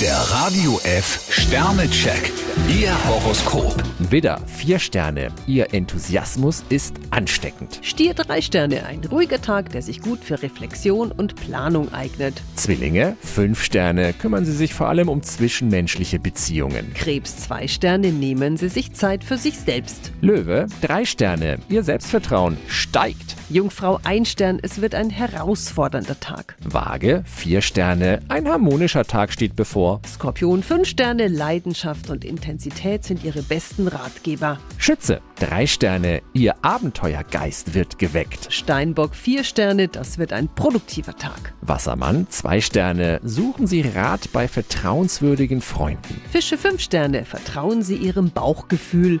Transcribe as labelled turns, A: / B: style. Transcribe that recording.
A: Der Radio F Sternecheck. Ihr Horoskop.
B: Widder, vier Sterne. Ihr Enthusiasmus ist ansteckend.
C: Stier drei Sterne, ein ruhiger Tag, der sich gut für Reflexion und Planung eignet.
B: Zwillinge, fünf Sterne. Kümmern Sie sich vor allem um zwischenmenschliche Beziehungen.
C: Krebs zwei Sterne, nehmen Sie sich Zeit für sich selbst.
B: Löwe, drei Sterne. Ihr Selbstvertrauen steigt.
C: Jungfrau ein Stern, es wird ein herausfordernder Tag.
B: Waage, vier Sterne. Ein harmonischer Tag steht bevor.
C: Skorpion fünf Sterne, Leidenschaft und Intensität sind Ihre besten Ratgeber.
B: Schütze, drei Sterne. Ihr Abenteuergeist wird geweckt.
C: Steinbock vier Sterne, das wird ein produktiver Tag.
B: Wassermann, zwei Sterne. Suchen Sie Rat bei vertrauenswürdigen Freunden.
C: Fische fünf Sterne, vertrauen Sie Ihrem Bauchgefühl.